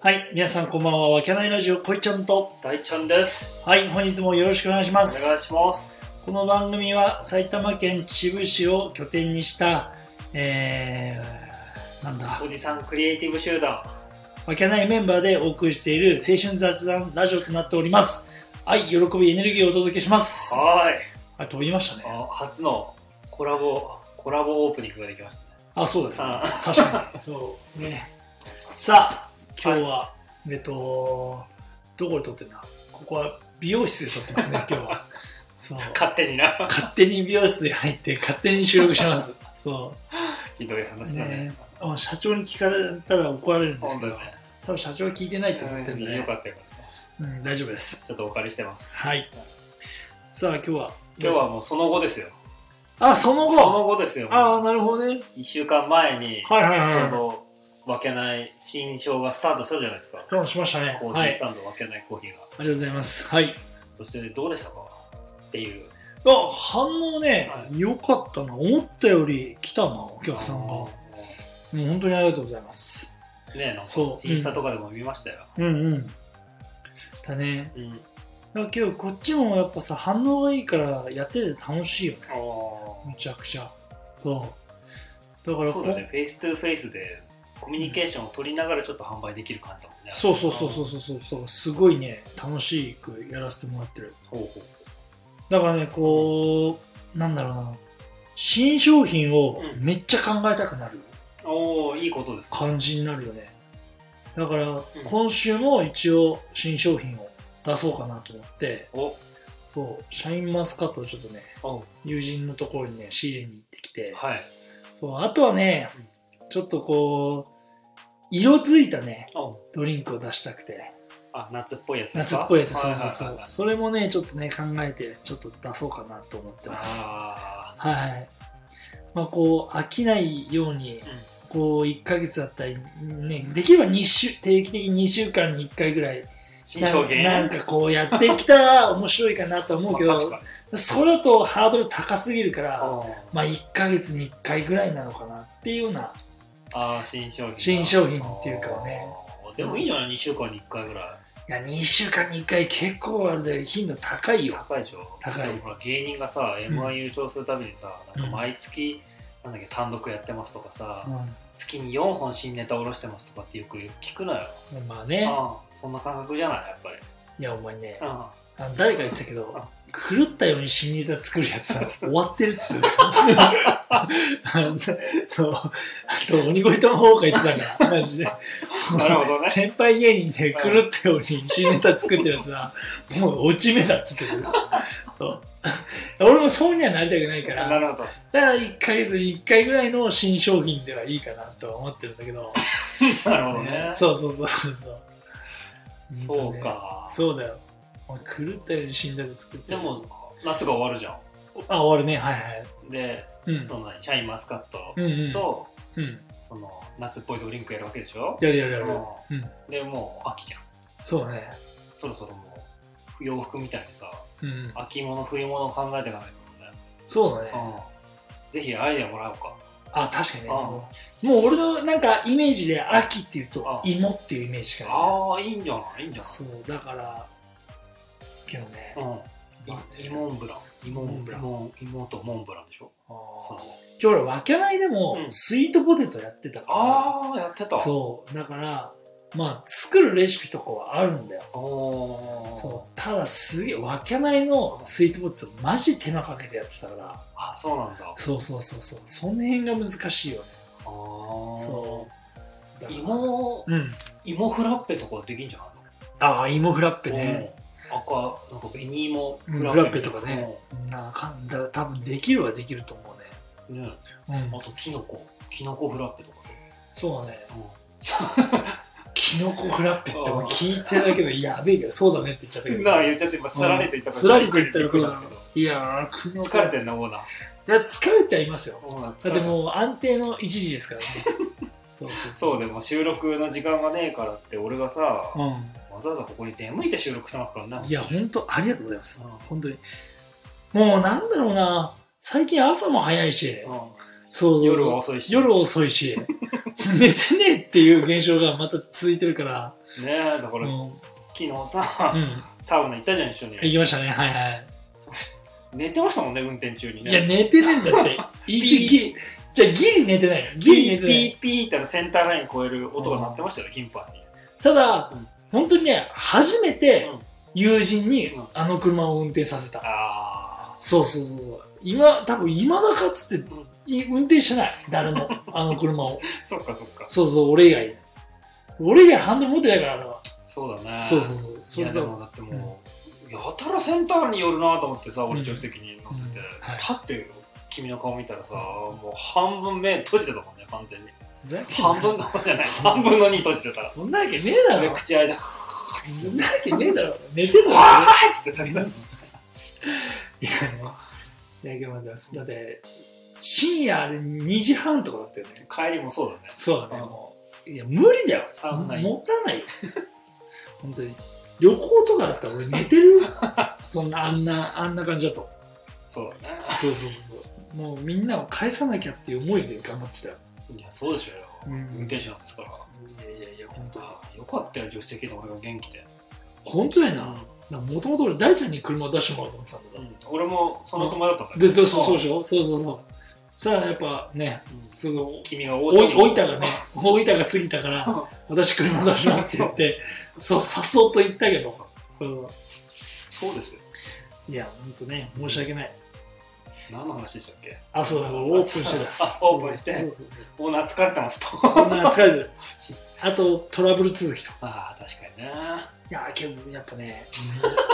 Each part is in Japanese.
はい、皆さんこんばんは。わけないラジオ、こいちゃんと。大ちゃんです。はい、本日もよろしくお願いしまおす。願いします。この番組は埼玉県秩父市を拠点にした、えー、なんだお、じさんクリエイティブ集団。わけないメンバーでお送りしている青春雑談ラジオとなっております。はい、喜び、エネルギーをお届けします。はあ、飛びましたーね。い。あ初のコラボ、コラボオープニングができましたね。あ、そうです。あ確か に。そう。ね。さあ、今日は、えっと、どこで撮ってるんだここは美容室で撮ってますね、今日 は。そう。勝手にな。 勝手に美容室に入って勝手に収録します。そひどい話だねね。う。あ社長に聞かれたら怒られるんですけ本当どだ、ね。多分社長は聞いてないと思ってるんで、よかったよかった。うん、大丈夫です。ちょっとお借りしてます。はい。さあ、今日は。今日はもうその後ですよ。あ、そのそ後の後ですよ。ああ、なるほどね。 1週間前に、ちはいはいょうはど分けない新章がスタートしたじゃないですかい。。どうもしましたね。コーヒはい。あーりスタンド分けないコーヒーが。がとうございます。はい。そしてどうでしたかっていう。あ反応ねは、良、かったな。思ったより来たな、お客さんが。もう本当にありがとうございます。ねえ、なんかそうインスタとかでも見ましたよ。うんうん。だね。うん。だけど、こっちもやっぱさ、反応がいいからやってて楽しいよね。むちゃくちゃ。そう。だからそうだね、フェイストゥフェイスでコミュニケーションを取りながらちょっと販売できる感じだもんね。そうそうそうそうそうそうそうすごいね楽しくやらせてもらってるほうほだからねこうなんだろうな新商品をうんめっちゃ考えたくなるうおお、いいことですか。感じになるよねだから今週も一応新商品を出そうかなと思っておそうシャインマスカットをちょっとねお友人のところにね仕入れに行ってきてはい。そうあとはねちょっとこう色づいたねおドリンクを出したくてあ、夏っぽいやつです夏っかぽいやつ、そうそうそはいうは。いはいそれもね、ちょっとね、考えて、ちょっと出そうかなと思ってます。あはい。まあ、こう、飽きないように、こう、1ヶ月だったり、ね、できれば2週、定期的に2週間に1回ぐらい、ー新商品なんなんかこうやってきた ら面白いかなと思うけどまあ、確かにそれだとハードル高すぎるから、おーまあ、1ヶ月に1回ぐらいなのかなっていうような、あー、新商品。新商品っていうかはねおー。でもいいんじゃない ?2 週間に1回ぐらい。いや、2週間に1回結構あれだよ、頻度高いよ。高いでしょ高いでもほら、芸人がんさ、M1 優勝するたびにさ、なんうんか毎月、なんだっけ、単独やってますとかさう、月に4本新ネタ下ろしてますとかってよく聞くのよ。ん。まあね、ああそんな感覚じゃないやっぱり。いや、お前ね、ああの誰か言ってたけどあ、狂ったように新ネタ作るやつ は終わってるっつってた。あのそう。あと、鬼越トマホークが言ってたから、マジで。あなるほ どね。先輩芸人で狂ったように新ネタ作ってるやつは、もう落ち目だっつってたそう俺もそうにはなりたくないから、なるほど。だから1ヶ月に1回ぐらいの新商品ではいいかなとは思ってるんだけど、なるほど ね。そうそうそうそう。そう。か。そうだよ。もう狂ったように新ネタ作ってでる。も、夏が終わるじゃあ、終わるね。はいはい。ん。で、うん。そのシャインマスカットうんうん。と、うん。その夏っぽいドリンクやるわけでしょ。やるやるやる。ううん。んで、もう秋じゃん。そうね。そろそろもう、洋服みたいにさ、うん。秋物、冬物を考えていかないそうだとね。ね。うん。ぜひアイデアもらおうか。あ、確かにね。もあう俺のなんかイメージで秋っていうとあ芋っていうイメージしかなああ、いいんじゃないいいんじい。ゃそう、だから、けどねな。いまあうん。ねイモンブラン。イモモンブンブラランン。イモとモンブランでしょ。あそーの今日俺、わけないでもうんスイートポテトやってたかああ、やってた。ら。そう。だから、まあ作るレシピとかはあるんだよ。おーそう。ただすげえ、わけないのスイートポテトマジ手間かけてやってたから。あそうなんだそうそうそうそう。その辺が難しいよね。そ。そう芋うん。芋フラッペとかできんじゃないああ、芋フラッペのね。うん赤なんか紅芋うんフラッペみたいなフラッペとなんかんだ、多分できるはできると思うんねうね。うあん。とキノコキノコフラッペとかさそうだね。うんキノコフラッペって俺聞いてたけど、やべえけど、そうだねって言っちゃったけ なあど。言っちゃって今すられていったからすられていったらびくりしたけどいやー、キノコ。疲れてんなオーナーいや、疲れてはいますよ。オーナーだ疲れってるもう安定の1時ですから ね。そうそうそうでも収録の時間がねえからって俺がさわう。ざわざここに出向いて収録してますからうん。ないや、本当ありがとうございますう。ん本当に。もうなんだろうな。最近朝も早いし、うんそうそう夜は遅いし夜遅いし、 寝てねえっていう現象がまた続いてるから、ねえだかうら、ん、昨日さ、うんサウナ行ったじゃん一緒行にきましたねはいはいそう寝てましたもんね運転中にねいや寝てねえんだ って一ギじゃあギリ寝てないよギリ寝てピなーいピーピーってあのセンターライン超える音が鳴ってましたよ、頻繁に。ただ、うん本当にね初めてうん友人にうんあの車を運転させた、あそうそうそうそう今多分今だかつってんい運転してない誰もあの車をあ、そっかそっか。そうそう俺以外俺以外ハンドル持ってないからあれはそうだね。そうそうそうそいれやででもだってもう、やたらセンターに寄るなと思ってさ、俺助手席に乗ってて、うんはいパッて君の顔見たらさ、もう半分目閉じてたもんね、完全に。ふざけんな半分の方じゃない、3分の2閉じてたら。そんなわけねえだでろ口開いて、そんなわけねえだろ寝てもねわーっつってさ、いや、もう、いや、でもだって、深夜2時半とかだったよね。帰りもそうだね。そうだね、もう。いや、無理だよ。サウナ行持たないよ。本当に。旅行とかだったら俺寝て るそんな、あんな、あんな感じだと。そうだね。そうそうそう。もうみんなを返さなきゃっていう思いで頑張ってたよ。いや、そうでしょうよ。うん運転手なんですから。いやいやいや、本当あーよかったよ、助手席の俺が元気で。本当やな。もともと俺、大ちゃんに車を出してもらおうと思ってたんだかうん俺もそのつもりだったんだら。けで、どそうそうそうでしょそうそうそう。そしたらやっぱね、うんその、君がおい置おいいたたがのね、おいたが過ぎたから、私車出しますって言って、そう、さっそうと言ったけど、そうそうですよ。いや、ほんとね、申し訳ない。何の話でしたっけあ、そうだ、オープンしてた。あ オープンしてそうそうそうオーナー疲れてますと。 こんな疲れてる。あと、トラブル続きと。ああ、確かにね。いや、けど、やっぱね、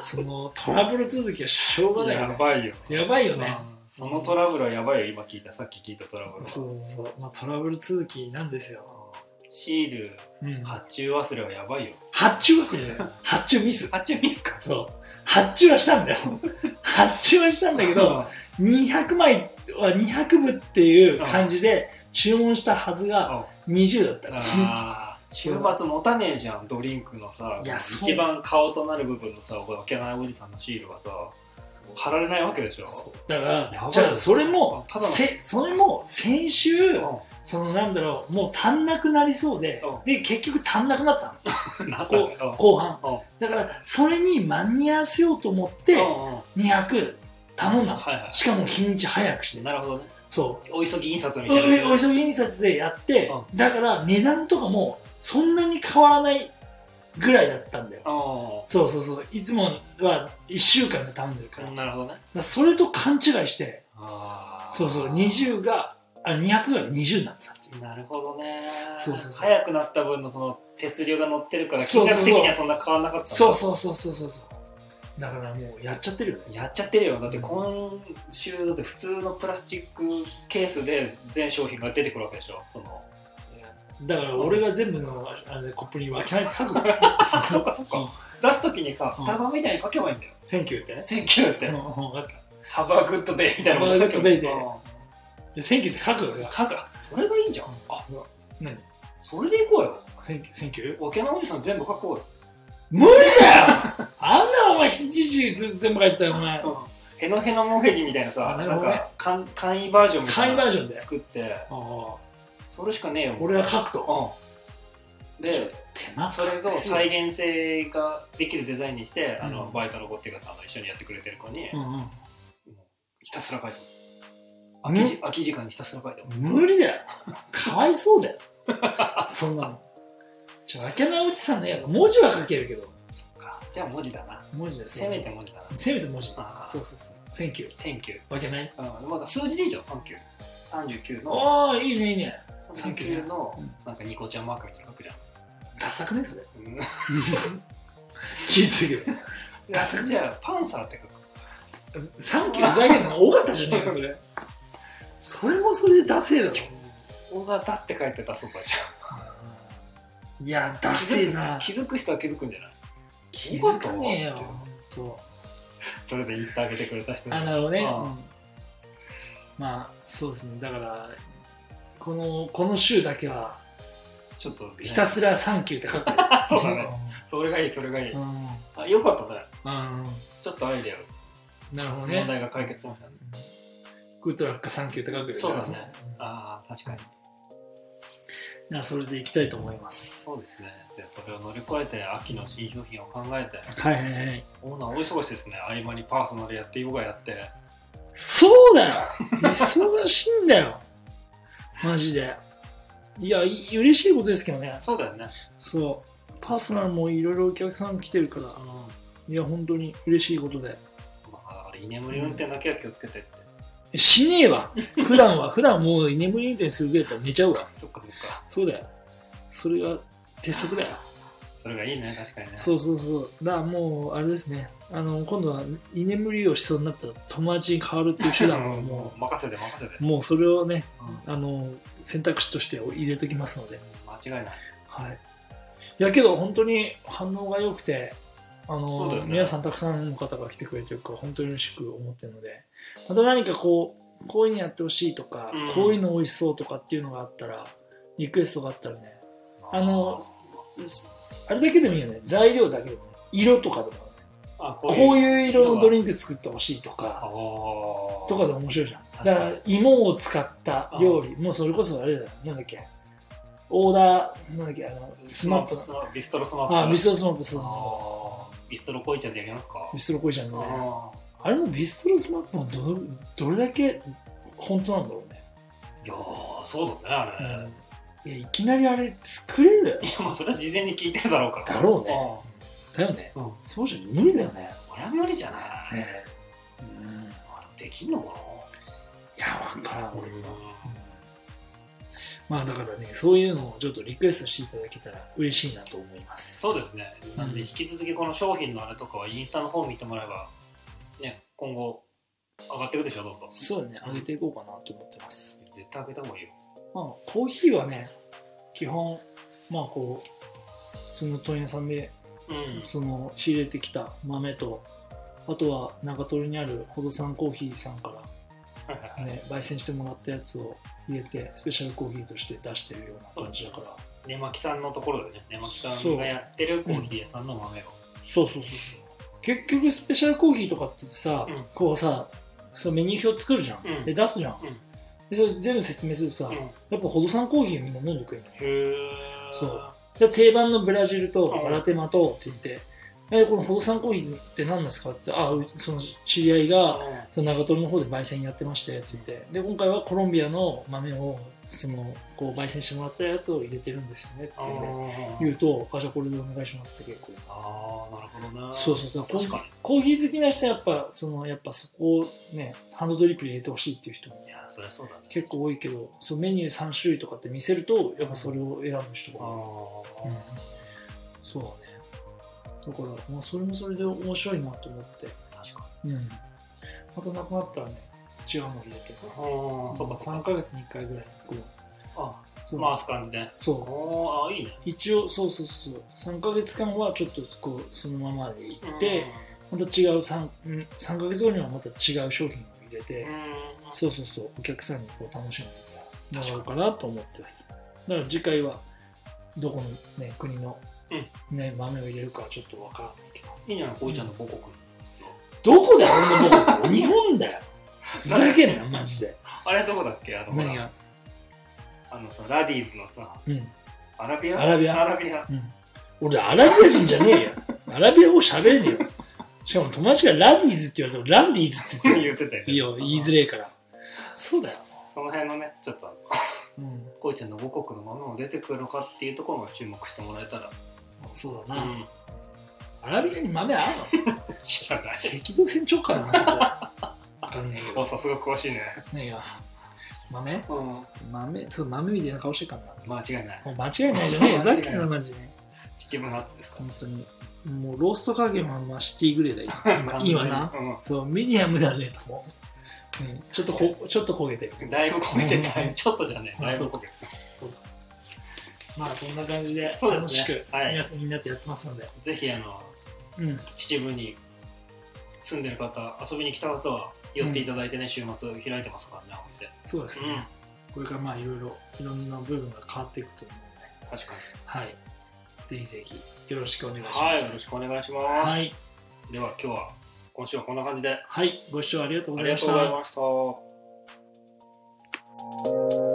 そのトラブル続きはしょうがないよやね。ばいよ。やばいよね。うんそのトラブルはやばいよ、今聞いた、さっき聞いたトラブルそは。うそうそう、まあ、トラブル続きなんですよ。シールうん、発注忘れはやばいよ。発注忘れだよ。発注ミス。発注ミスか。そう。発注はしたんだよ。発注はしたんだけど、200枚は200部っていう感じで注文したはずうが20だった、あー週末持たねえじゃんドリンクのさいやそう一番顔となる部分のさおけないおじさんのシールがさ貼られないわけでしょそうだかやばらいじゃあそれもただのせそれも先週うそのなんだろうもう足んなくなりそうでうで結局足んなくなったんなったんのだよこ後半うんだからそれに間に合わせようと思ってうんうん200頼んだのはいはしかも日にち早くしいてなるほどねそうお急ぎ印刷みおたいなお急ぎ印刷でやってうだから値段とかもそんなに変わらないぐらいだったんだよあそうそうそういつもは1週間で頼んでるから,、あなるほどねそれと勘違いしてああそうそう20があ200が20になってたっていうなるほどねそうそうそう早くなった分のその手数料が乗ってるからそ金うそうそ額う的にはそんな変わらなかったんだそうそうそうそうそうそうだからもうやっちゃってるよねやっちゃってるよだって今週だって普通のプラスチックケースで全商品が出てくるわけでしょそのだから俺が全部のあれコップに分けないと書く あそっかそっか出すときにさスタバみたいに書けばいいんだよ「センキュー」ってね「センキュー」っうてんうん分かった「ハバーグッドデイ」みたいなこと書けばいいんだよで「センキュー」って書くよ俺が書くそれがいいじゃんあ何それでいこうよセンキューセンキューおけのおじさん全部書こうよ無理だよあんなお前一時ず全部書いてたらお前へのへのモヘジみたいなさ、あなるなんほどねか簡簡易バージョンみた簡い易バなージョンで作って、ああそれしかねえよ。俺は書くとうん。で、手間それを再現性ができるデザインにして、あのうんバイトの子っていうかさ、あの一緒にやってくれてる子に、うんうんひたすら書いてうもらんう空き時空き時間にひたすら書いても無理だよかわいそう だよそんなのちょわけないおじさんの絵が文字は書けるけどらうかじゃあ文字だな。文字ですせめて文字だな。せめて文字あーそうそうそうセンキューセンキュー。わけないうん、まだ数字でいいじゃん、サンキュー。39の、ああいいねいいねサンキューね39のうん、なんかニコちゃんマークみたいなの書くじゃん。ダサくね それうん聞いてるけダサくじゃあ、パンサーって書く。どサンキューふざけんの尾形じゃねえかそれそれもそれでダセえだろ大型って書いて出そうだじゃん。いや ダセえな気づく人は気づくんじゃない気づかねえよほんとそれでインスタ上げてくれた人にあなるほどね、うんうんまあそうですねだからこのこの週だけはちょっとね、ひたすら「サンキュー」って書くそうだねそれがいいそれがいい、うん、うんあよかったねうんちょっとアイデアなるほど問ね題が解決しましたねグッドラックサンキューって書くよそうだねああ確かにいやそれでいきたいと思います。そうですね。で、それを乗り越えて、秋の新商品を考えて、はいはいはい。オーナー大忙しですね。合間にパーソナルやって、ヨガやって。そうだよ忙しいんだよマジで。いや、い嬉しいことですけどね。そうだよね。そう。パーソナルもいろいろお客さん来てるから、うん。いや、本当に嬉しいことで。まあ、だから居眠り運転だけは気をつけてって。しねえわ普段は、普段もう居眠り運転するぐらいだったら寝ちゃうわ。そっかそっか。そうだよ。それが鉄則だよ。それがいいね、確かにね。そうそうそう。だからもう、あれですね。あの、今度は居眠りをしそうになったら友達に変わるっていう手段をんももう任せて任せてう、。もうそれをね、うんあの、選択肢として入れときますので。間違いない。はい。いやけど、本当に反応が良くて、あその、うだよね皆さんたくさんの方が来てくれてるから、本当に嬉しく思ってるので、また何かこう、こういうのやってほしいとか、うんこういうの美味しそうとかっていうのがあったら、リクエストがあったらね、あのあれだけでもいいよね。材料だけでもね。色とかでもね。あ、こうこういう。いう色のドリンク作ってほしいとか、ああ。とかでも面白いじゃん。確かだにから、芋を使った料理、もうそれこそあれだよ。なんだっけ。オーダー、なんだっけ、あの、スマップの。スマビストロスマップ。あ、ビストロスマップ、そうそうそう。あービストロこいちゃんでやりますかビストロ恋ちゃんのね。ああれもビストロスマップもどどれだけ本当なんだろうね。ーいやーそうだねあれ、いやいきなりあれ作れるいやまあそれは事前に聞いてるだろうからだろうねだよね。うん、うん、そうじゃ無理だよね。これは無理じゃない、ねうん、いあでもできんのかや、わからん、な俺には。うんまあだからね、そういうのをちょっとリクエストしていただけたら嬉しいなと思います。そうですねなんで引き続きこの商品のあれとかはインスタの方見てもらえばね今後上がっていくでしょどんどん絶そうだね、上げていこうかなと思ってます。対上げた方がいいよまあ、コーヒーはね、基本、まあこう、普通の問屋さんでうんその仕入れてきた豆とあとは長瀞にあるほどさんコーヒーさんかはいはいら、はいね、焙煎してもらったやつを入れてスペシャルコーヒーとして出してるような感じだから根巻さんのところでね根巻さそうんがやってるコーヒー屋さんの豆をそうそうそう結局スペシャルコーヒーとかってさ、うんこうさそのメニュー表作るじゃん、うんで出すじゃん、うんでそれ全部説明するとさ、うんやへっぱほどさんコーヒーみんな飲んでくれるのよえそうじゃあ定番のブラジルとうんラテマとって言って、えこのほどさんコーヒーって何なんですかって言ってあうその知り合いがうんその長友の方で焙煎やってましてって言ってで今回はコロンビアの豆をそのこう焙煎してもらったやつを入れてるんですよねってあいうねー言うとあじゃあこれでお願いしますって結構あーなるほどねそうそうそうコーヒ確ーかコーヒー好きな人はやっぱそのやっぱそこをねハンドドリップ入れてほしいっていう人もにいやそりゃそうだね結構多いけどそのメニュー3種類とかって見せるとやっぱそれを選ぶ人が多いあうんそうだねだから、まあ、それもそれで面白いなと思って、あ確かうん、またなくなったらね違うの入れてにああそっかそ3っかヶ月に1回ぐらいこうあそう,、回す感じでそうおーあーいいね一応そうそうそう3ヶ月間はちょっとこうそのままでいって、うまた違う 3, 3ヶ月後にはまた違う商品を入れて、んうんそうそうそうお客さんにこう楽しんでもらおうかなと思ってはいるだから次回はどこの、ね、国の、ね豆を入れるかはちょっとわからないけどいいじゃないこういちゃんの母国どこだよ、俺の母国日本だよ。ふざけんな、マジ で。あれどこだっけあのほ何らが、あのさラディーズのさうん、アラビアアラビアアラビアうん。俺、アラビア人じゃねえよ。アラビア語喋れねえよ。しかも友達がラディーズって言われても、ランディーズって言って言ってたよいいよ、言いづれれえから。そうだよ。その辺のねちょっとうん、こういちゃんの母国のものも出てくるのかっていうところも注目してもらえたらそうだな。うんアラビアに豆あるの知らない赤道線直下だな、そこ。わかんねえけおど。さすが詳しいね何が豆うん豆、そう、豆みたいな顔してっからな。間違いない もう間違いないじゃねえよ。ふざけんな、マジで。秩父のやつですか本当にもうロースト加減はまあシティグレーだよ今今なうそうミディアムだねと思う、うん、ちょっとこちょっと焦げてるん、だいぶ焦げてた、うんちょっとじゃねえ、だいぶ焦げてまあそんな感じでそうで楽すしねくはい皆さんみんなとやってますので、ぜひあのうん、秩父に住んでる方遊びに来た方は寄っていただいてね、週末開いてますからねお店そうですうねん、これからまあいろいろいろんな部分が変わっていくと思うので確かはいぜひぜひよろしくお願いしにまはいよろすしくお願いします、はい、では今日は今週はこんな感じであはい、ご視聴ありがとうござりいがまとしうございたました